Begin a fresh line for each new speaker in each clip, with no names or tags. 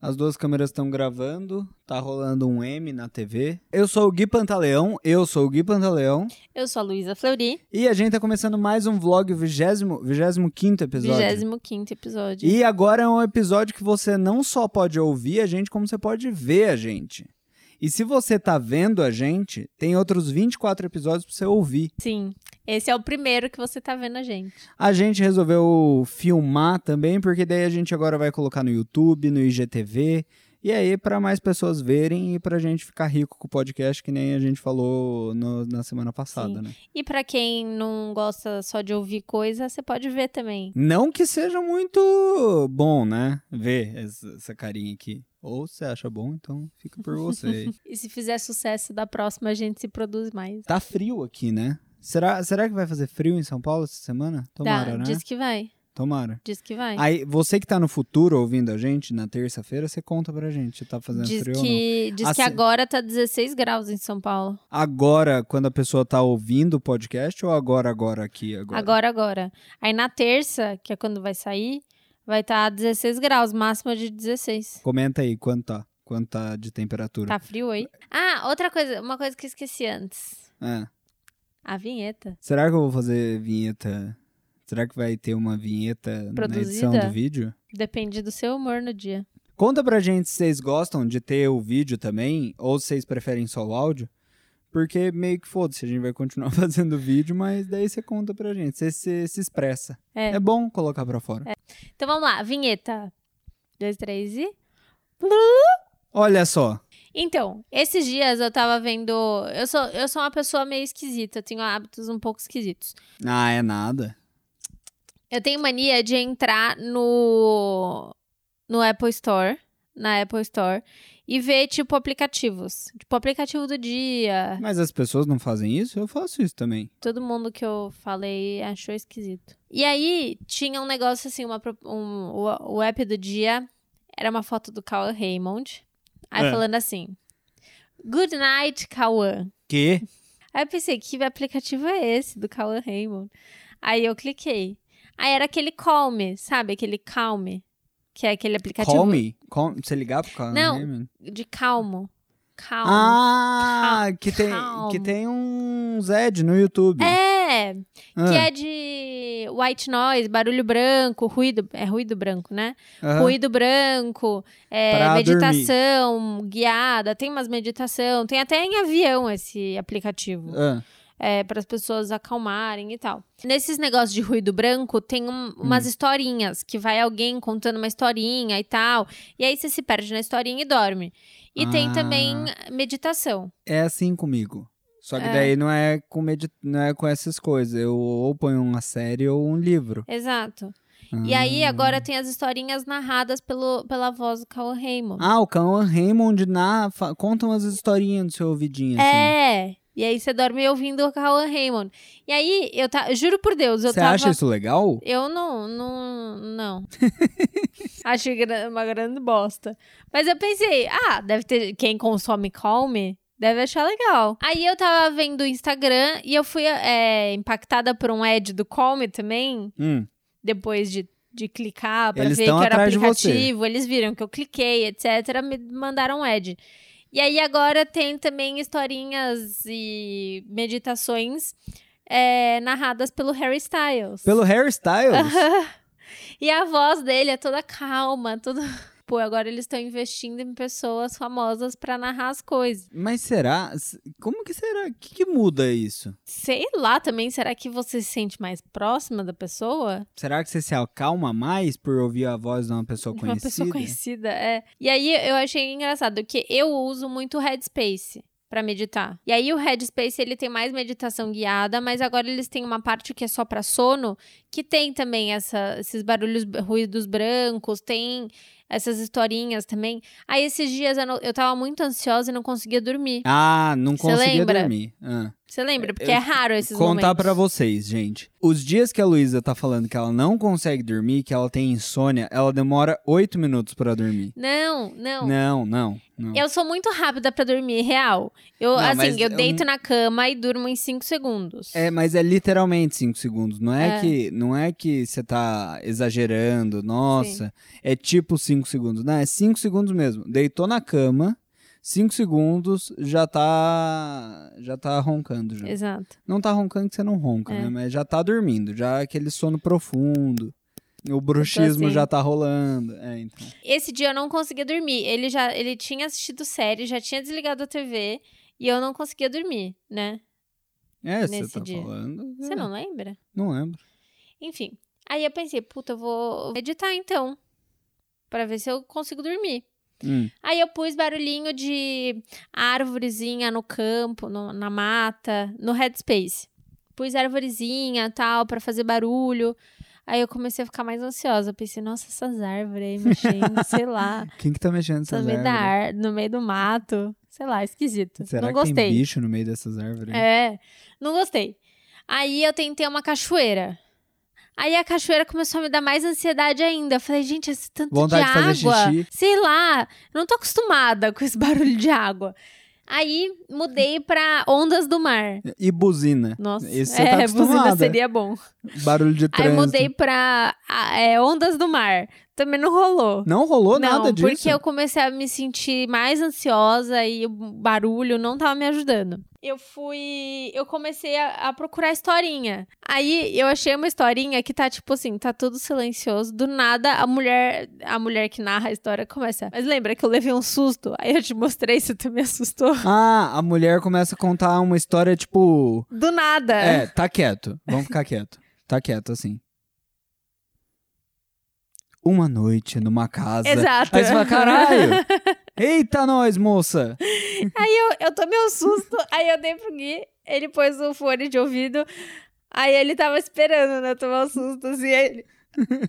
As duas câmeras estão gravando, tá rolando um M na TV. Eu sou o Gui Pantaleão, eu sou o Gui Pantaleão.
Eu sou a Luísa Fleury,
E a gente tá começando mais um vlog, o 25 episódio.
25 episódio.
E agora é um episódio que você não só pode ouvir a gente, como você pode ver a gente. E se você tá vendo a gente, tem outros 24 episódios pra você ouvir.
Sim, esse é o primeiro que você tá vendo a gente.
A gente resolveu filmar também, porque daí a gente agora vai colocar no YouTube, no IGTV. E aí, pra mais pessoas verem e pra gente ficar rico com o podcast, que nem a gente falou no- na semana passada,
Sim.
né?
E pra quem não gosta só de ouvir coisa, você pode ver também.
Não que seja muito bom, né? Ver essa essa carinha aqui. Ou você acha bom, então fica por você. aí.
E se fizer sucesso da próxima, a gente se produz mais.
Tá frio aqui, né? Será, será que vai fazer frio em São Paulo essa semana? Tomara,
Tá,
né?
diz que vai,
Tomara.
diz que vai.
Aí, você que tá no futuro ouvindo a gente, na terça-feira, você conta pra gente se tá fazendo
diz
frio ou não.
que, diz que
Assim-
agora tá 16 graus em São Paulo.
Agora, quando a pessoa tá ouvindo o podcast ou agora, agora, aqui, agora?
Agora, agora. Aí na terça, que é quando vai sair, vai estar tá 16 graus, máxima de 16.
Comenta aí quanto tá, quanto tá de temperatura.
Tá frio aí? Ah, outra coisa, uma coisa que eu esqueci antes.
É.
A vinheta.
Será que eu vou fazer vinheta? Será que vai ter uma vinheta na edição
Produzida?
do vídeo?
Depende do seu humor no dia.
Conta pra gente se vocês gostam de ter o vídeo também, ou se vocês preferem só o áudio. Porque meio que foda-se, a gente vai continuar fazendo o vídeo, mas daí você conta pra gente, você se, se expressa.
É.
bom colocar pra fora.
Então vamos lá, vinheta. Dois, três e.
Olha só,
Então, esses dias eu tava vendo. Eu sou, eu sou uma pessoa meio esquisita, eu tenho hábitos um pouco esquisitos.
ah, é nada.
Eu tenho mania de entrar no. no Apple Store. Na Apple Store. E ver, tipo, aplicativos. Tipo, aplicativo do dia.
Mas as pessoas não fazem isso, eu faço isso também.
Todo mundo que eu falei achou esquisito. E aí, tinha um negócio assim, uma, pro- um, o, o app do dia era uma foto do Cauã Raymond. Aí
É.
falando assim: Good night, Cauã.
Que?
Aí eu pensei, que aplicativo é esse do Cauã Raymond? Aí eu cliquei. Aí era aquele Calm, sabe? Aquele Calm. Que é aquele aplicativo
Call me? Call- Você ligar pro cara?
Não.
né, mano?
de calmo. Calm.
Ah, que tem,
Calm.
que tem uns ad no YouTube.
É,
Ah,
que é de white noise, barulho branco, ruído, é ruído branco, né?
aham.
Ruído branco, é,
Pra
meditação guiada, tem umas meditação, tem até em avião esse aplicativo.
Ah,
para as pessoas acalmarem e tal. Nesses negócios de ruído branco, tem
Hum.
um- umas historinhas que vai alguém contando uma historinha e tal. E aí você se perde na historinha e dorme. E tem
Ah.
também meditação.
é assim comigo. Só que
É.
daí não é, com medi- não é com essas coisas. Eu ou ponho uma série ou um livro. Ah.
Exato. E aí é
Hum.
agora tem as historinhas narradas pelo, pela voz do Carl Raymond.
Ah, o Cauan Raymond na... fa- conta umas historinhas no seu ouvidinho, assim.
é! E aí você dorme ouvindo o Carl Raymond. E aí, eu tá, juro por Deus, eu
Você
tava.
acha isso legal?
Eu não, não, não. Achei gra- uma grande bosta. Mas eu pensei, ah, deve ter quem consome Calm deve achar legal. Aí eu tava vendo o Instagram e eu fui é, impactada por um ad do Calm também,
Hum.
depois de, de clicar pra
Eles
ver que
tão
era
atrás de você.
aplicativo. Eles viram que eu cliquei, etc. Me mandaram um ad. E aí agora tem também historinhas e meditações é, narradas pelo Harry Styles.
Pelo hairstyles?
E a voz dele é toda calma, tudo. Pô, agora eles estão investindo em pessoas famosas pra narrar as coisas.
Mas será? S- Como que será? O que, que muda isso?
Sei lá também, será que você se sente mais próxima da pessoa?
Será que você se acalma mais por ouvir a voz de uma pessoa
De
conhecida?
Uma pessoa conhecida, é. E aí eu achei engraçado que eu uso muito o Headspace pra meditar. E aí o Headspace ele tem mais meditação guiada, mas agora eles têm uma parte que é só pra sono, que tem também essa- esses barulhos, ruídos brancos, tem essas historinhas também. Aí esses dias eu, não- eu tava muito ansiosa e não conseguia dormir.
Ah, não
Você
conseguia
lembra?
dormir. Ah.
Você lembra? Porque é raro esses
Contar
momentos.
pra vocês, gente. Os dias que a Luísa tá falando que ela não consegue dormir, que ela tem insônia, ela demora oito minutos pra dormir.
Não, não.
Não, não, não.
Eu sou muito rápida pra dormir, real. Eu,
Não, mas
assim, eu
eu
deito na cama e durmo em 5 segundos.
É, mas é literalmente cinco segundos. Não é,
É.
que não é que você tá exagerando, nossa. É tipo cinco segundos. Não, é cinco segundos mesmo. Deitou na cama, cinco segundos, já tá já tá roncando já.
Exato.
Não tá roncando que você não ronca,
É.
né? Mas já tá dormindo, já aquele sono profundo. O bruxismo
assim.
já tá rolando. É, então.
Esse dia eu não conseguia dormir. Ele já ele tinha assistido série, já tinha desligado a TV e eu não conseguia dormir, né?
É, você
Nesse
tá
dia.
falando.
Você
é,
não lembra?
Não lembro.
Enfim. Aí eu pensei, puta, eu vou editar então. Pra ver se eu consigo dormir.
Hum.
Aí eu pus barulhinho de árvorezinha no campo, no- na mata, no headspace. Pus árvorezinha tal, pra fazer barulho. Aí eu comecei a ficar mais ansiosa. Eu pensei, nossa, essas árvores aí mexendo, sei lá.
Quem que tá mexendo nessas
No meio, da
árvores?
ar, no meio do mato. Sei lá, esquisito.
Será
não
que tem
gostei.
bicho no meio dessas árvores?
É, não gostei. Aí eu tentei uma cachoeira. Aí a cachoeira começou a me dar mais ansiedade ainda. Eu falei, gente, esse tanto
Vontade
de
de
água.
fazer xixi.
Sei lá, eu não tô acostumada com esse barulho de água. Aí mudei pra ondas do mar.
E buzina.
Nossa,
Esse você
é,
tá
buzina
acostumada.
seria bom.
Barulho de
Aí
trânsito.
mudei pra ah, é, ondas do mar. Também não rolou.
Não rolou
não,
nada disso.
porque eu comecei a me sentir mais ansiosa e o barulho não tava me ajudando. Eu fui. Eu comecei a, a procurar historinha. Aí eu achei uma historinha que tá tipo assim, tá tudo silencioso. Do nada a mulher. A mulher que narra a história começa. Mas lembra que eu levei um susto? Aí eu te mostrei, você também assustou.
Ah, a mulher começa a contar uma história tipo.
Do nada.
É, tá quieto. Vamos ficar quieto. Tá quieto, assim. Uma noite numa casa.
Exato.
Aí você fala, caralho! Eita, nós, moça!
Eu, eu tomei um susto, aí eu dei pro Gui, ele pôs o fone de ouvido, aí ele tava esperando, né? Eu tomar um susto, assim, aí ele...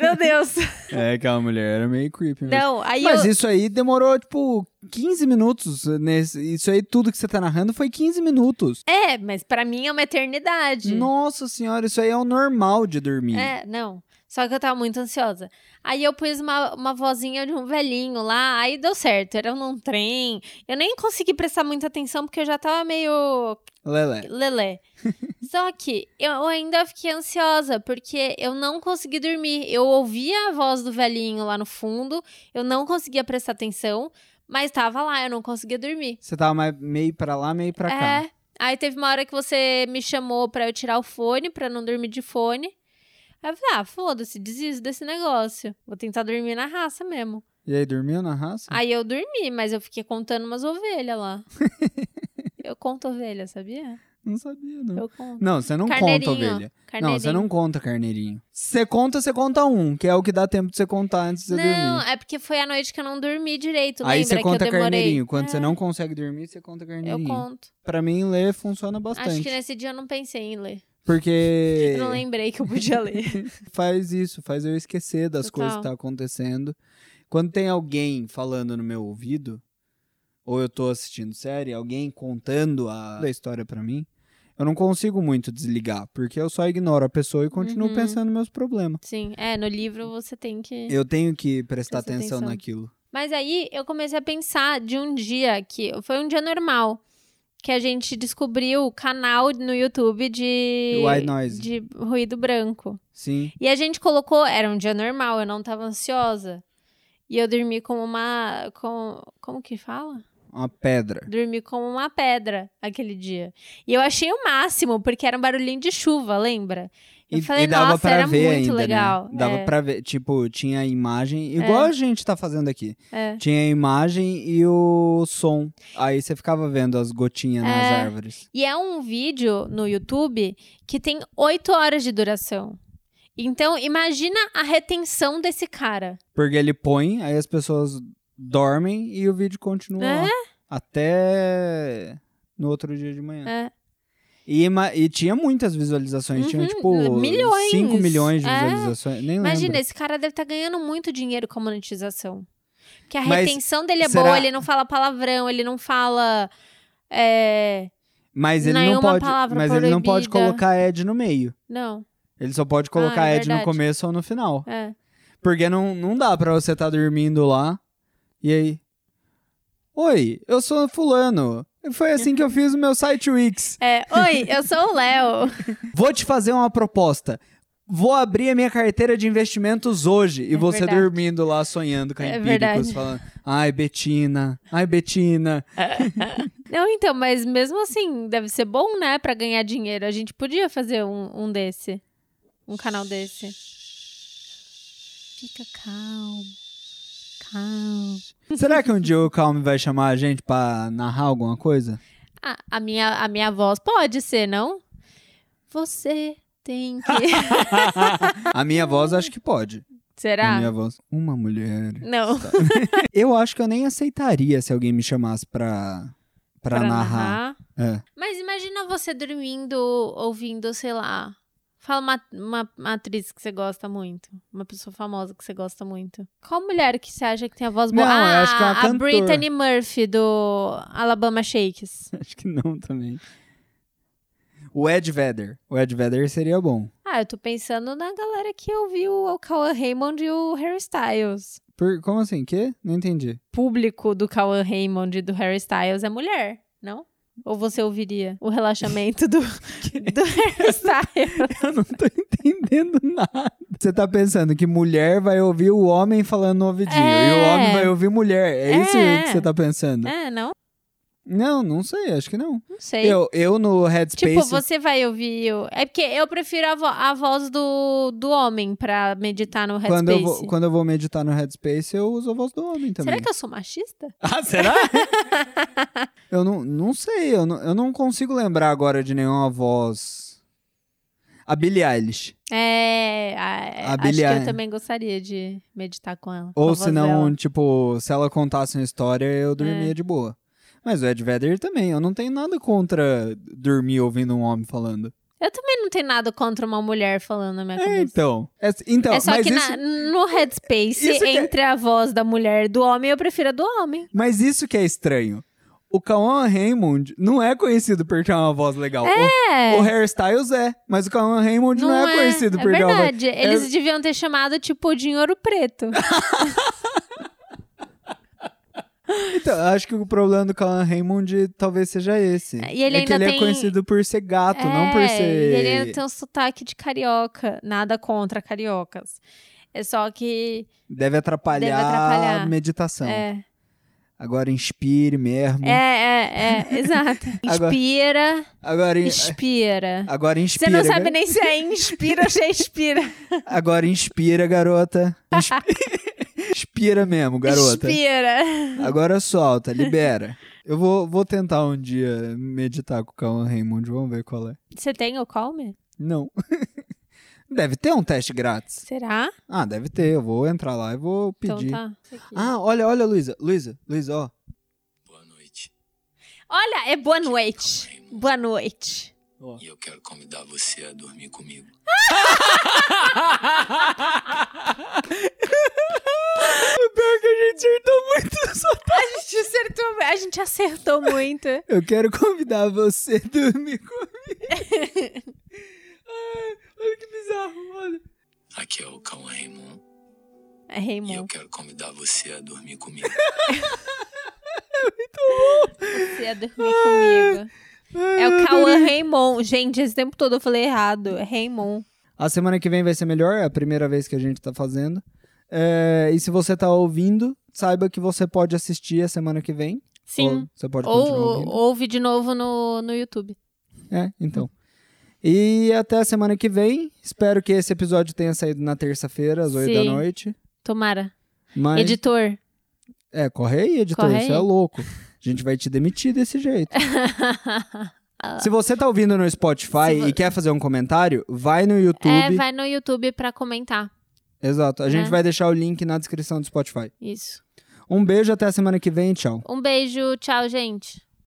Meu Deus!
É, aquela mulher era meio creepy mesmo.
Não, aí
Mas
eu...
isso aí demorou, tipo, 15 minutos. Nesse... Isso aí, tudo que você tá narrando foi 15 minutos.
É, mas pra mim é uma eternidade.
Nossa senhora, isso aí é o normal de dormir.
É, não. Só que eu tava muito ansiosa. Aí eu pus uma, uma vozinha de um velhinho lá, aí deu certo. Era num trem. Eu nem consegui prestar muita atenção porque eu já tava meio
Lelé.
Lelé. Só que eu ainda fiquei ansiosa, porque eu não consegui dormir. Eu ouvia a voz do velhinho lá no fundo, eu não conseguia prestar atenção, mas tava lá, eu não conseguia dormir.
Você tava mais- meio pra lá, meio pra cá.
É. Aí teve uma hora que você me chamou pra eu tirar o fone, pra não dormir de fone. Aí eu falei, ah, foda-se, desisto desse negócio. Vou tentar dormir na raça mesmo.
E aí, dormiu na raça?
Aí eu dormi, mas eu fiquei contando umas ovelhas lá. eu conto ovelha, sabia?
Não sabia, não.
Eu conto.
Não, você não conta
Carneirinho,
ovelha. Hum. Não,
Carneirinho.
você não conta carneirinho. Você conta, você conta um, que é o que dá tempo de você contar antes de você
Não,
dormir.
é porque foi a noite que eu não dormi direito,
aí
lembra
você conta
que eu demorei?
carneirinho. Quando
É,
você não consegue dormir, você conta
Eu
carneirinho.
conto.
Pra mim, ler funciona bastante. É.
Acho que nesse dia eu não pensei em ler.
Porque
Eu não lembrei que eu podia ler.
faz isso, faz eu esquecer das
Total.
coisas que tá acontecendo. Quando tem alguém falando no meu ouvido, ou eu tô assistindo série, alguém contando a a história pra mim, eu não consigo muito desligar, porque eu só ignoro a pessoa e continuo
Uhum.
pensando nos meus problemas.
Sim, é, no livro você tem que.
Eu tenho que prestar
Presta
atenção,
atenção.
naquilo.
Mas aí eu comecei a pensar de um dia que foi um dia normal que a gente descobriu o canal no YouTube de
White noise.
de ruído branco.
Sim.
E a gente colocou, era um dia normal, eu não tava ansiosa. E eu dormi como uma com como que fala?
Uma pedra.
Dormi como uma pedra aquele dia. E eu achei o máximo, porque era um barulhinho de chuva, lembra? Eu
E,
falei,
e dava
nossa,
pra
era
ver
muito
ainda, né?
legal.
Dava
É.
pra ver, tipo, tinha a imagem, igual a gente tá fazendo aqui.
É.
Tinha a imagem e o som. Aí você ficava vendo as gotinhas nas
É.
árvores.
E é um vídeo no YouTube que tem oito horas de duração. Então, imagina a retenção desse cara.
Porque ele põe, aí as pessoas dormem e o vídeo continua
É.
lá. Até no outro dia de manhã.
É.
E, ma- e tinha muitas visualizações. Tinha,
Uhum,
tipo,
milhões.
5 milhões de
É.
visualizações. Nem
Imagina,
lembro.
esse cara deve estar ganhando muito dinheiro com a monetização. Porque a
Mas
retenção dele é
será-
boa, ele não fala palavrão, ele não fala. é,
Mas ele não
Nenhuma
pode,
palavra
mas ele não pode
proibida.
colocar Ed no meio.
Não,
Ele só pode colocar
Ah, é
Ed no
verdade.
começo ou no final.
é.
Porque não, não dá pra você estar dormindo lá e aí. Oi, eu sou fulano. Foi assim que eu fiz o meu site Wix.
É, oi, eu sou o Léo.
Vou te fazer uma proposta. Vou abrir a minha carteira de investimentos hoje. E
É
você
verdade.
dormindo lá, sonhando com a
É
Empíricos,
verdade.
falando... Ai, Betina. Ai, Betina.
Não, então, mas mesmo assim, deve ser bom, né, pra ganhar dinheiro. A gente podia fazer um, um desse. Um canal desse. Fica calmo. Calmo.
Será que um dia o Calme vai chamar a gente pra narrar alguma coisa?
Ah, a, minha, a minha voz pode ser, não? Você tem que.
a minha voz acho que pode. A
Será?
minha voz. Uma mulher.
Não.
Eu acho que eu nem aceitaria se alguém me chamasse pra, pra, narrar. É.
Mas imagina você dormindo, ouvindo, sei lá. Fala uma, uma, uma atriz que você gosta muito. Uma pessoa famosa que você gosta muito. Qual mulher que você acha que tem a voz boa?
Não, eu
ah,
acho que é uma
a
cantora.
Brittany Murphy, do Alabama Shakes.
Acho que não também. O Ed Vedder. O Ed Vedder seria bom.
Ah, eu tô pensando na galera que ouviu o Cauan Raymond e o Harry Styles.
Por- como assim? Quê? Não entendi.
Público do Cauan Raymond e do Harry Styles é mulher, não? Ou você ouviria o relaxamento do, do Harry Styles?
Eu não tô entendendo nada. Você tá pensando que mulher vai ouvir o homem falando no ouvidinho.
É.
E o homem vai ouvir mulher. É,
É.
isso que você tá pensando.
É, não?
Não, não sei. Acho que não.
Não sei.
Eu, eu no Headspace...
Tipo, você vai ouvir. o- É porque eu prefiro a, vo- a voz do, do homem pra meditar no
Quando eu,
Headspace.
vou, quando eu vou meditar no Headspace, eu uso a voz do homem também.
Será que eu sou machista?
Ah, será? eu não, não sei, eu não, eu não consigo lembrar agora de nenhuma voz. A Billie Eilish.
É. a-
A
acho
Billie
que eu
Eilish.
também gostaria de meditar com ela. com a
Ou
voz
se não,
dela. É.
tipo, se ela contasse uma história, eu dormia de boa. Mas o Ed Vedder também, eu não tenho nada contra dormir ouvindo um homem falando.
Eu também não tenho nada contra uma mulher falando na minha
É,
cabeça.
então. É, então,
é só
mas
que
isso...
na- no Headspace,
isso que é-
entre a voz da mulher e do homem, eu prefiro a do homem.
Mas isso que é estranho. O Kawan Raymond não é conhecido por ter uma voz legal.
É.
O, o Hairstyles é, mas o Kawan Raymond não, é, conhecido por ter uma voz. É
verdade. Eles deviam ter chamado, tipo, de Ouro Preto.
Então, acho que o problema do Calan Raymond talvez seja esse.
E ele
é que
ainda
ele é
tem-
conhecido por ser gato, não por
É,
ser.
E ele ainda tem um sotaque de carioca. Nada contra cariocas. É só que.
Deve, atrapalhar
Deve atrapalhar.
a meditação.
É,
Agora inspire mesmo.
é, é, é, exato.
Agora- é,
Inspira,
Agora, in-
expira.
agora
Você
inspira.
não sabe nem se é inspira ou se é expira.
Agora inspira, garota. Inspi- Inspira mesmo, garota.
Expira.
Agora solta, libera. Eu vou, vou tentar um dia meditar com o Calan Raymond, vamos ver qual é.
Você tem o calme?
Não. Deve ter um teste grátis.
Será?
Ah, deve ter. Eu vou entrar lá e vou pedir.
Então tá. Isso aqui.
Ah, olha, olha, Luísa. Luísa, Luísa, ó.
Boa noite.
Olha, é boa noite. Boa noite.
E eu quero convidar você a dormir comigo.
O pior é que a gente acertou muito só.
A gente acertou, a gente acertou muito.
Eu quero convidar você a dormir comigo. Ai, olha que bizarro, olha.
Aqui é o Cão Raymond.
É
E eu
Raymond,
quero convidar você a dormir comigo.
você ia dormir comigo. É o Cauã Raymond. Gente, esse tempo todo eu falei errado. É Raymond.
A semana que vem vai ser melhor, é a primeira vez que a gente tá fazendo. É, e se você tá ouvindo, saiba que você pode assistir a semana que vem. Ou
Sim.
você pode
Ou,
continuar ouvindo.
ouve de novo no, no YouTube.
É, então. E até a semana que vem. Espero que esse episódio tenha saído na terça-feira, às 8 da
Sim.
noite.
Tomara.
Mas...
Editor.
É, corre aí, editor,
Corre
você é
aí.
louco. A gente vai te demitir desse jeito. Se você tá ouvindo no Spotify
Se vo-
e quer fazer um comentário, vai no YouTube.
É, vai no YouTube pra comentar.
Exato. A gente
É.
vai deixar o link na descrição do Spotify.
Isso.
Um beijo, até a semana que vem, tchau.
Um beijo. Tchau, gente.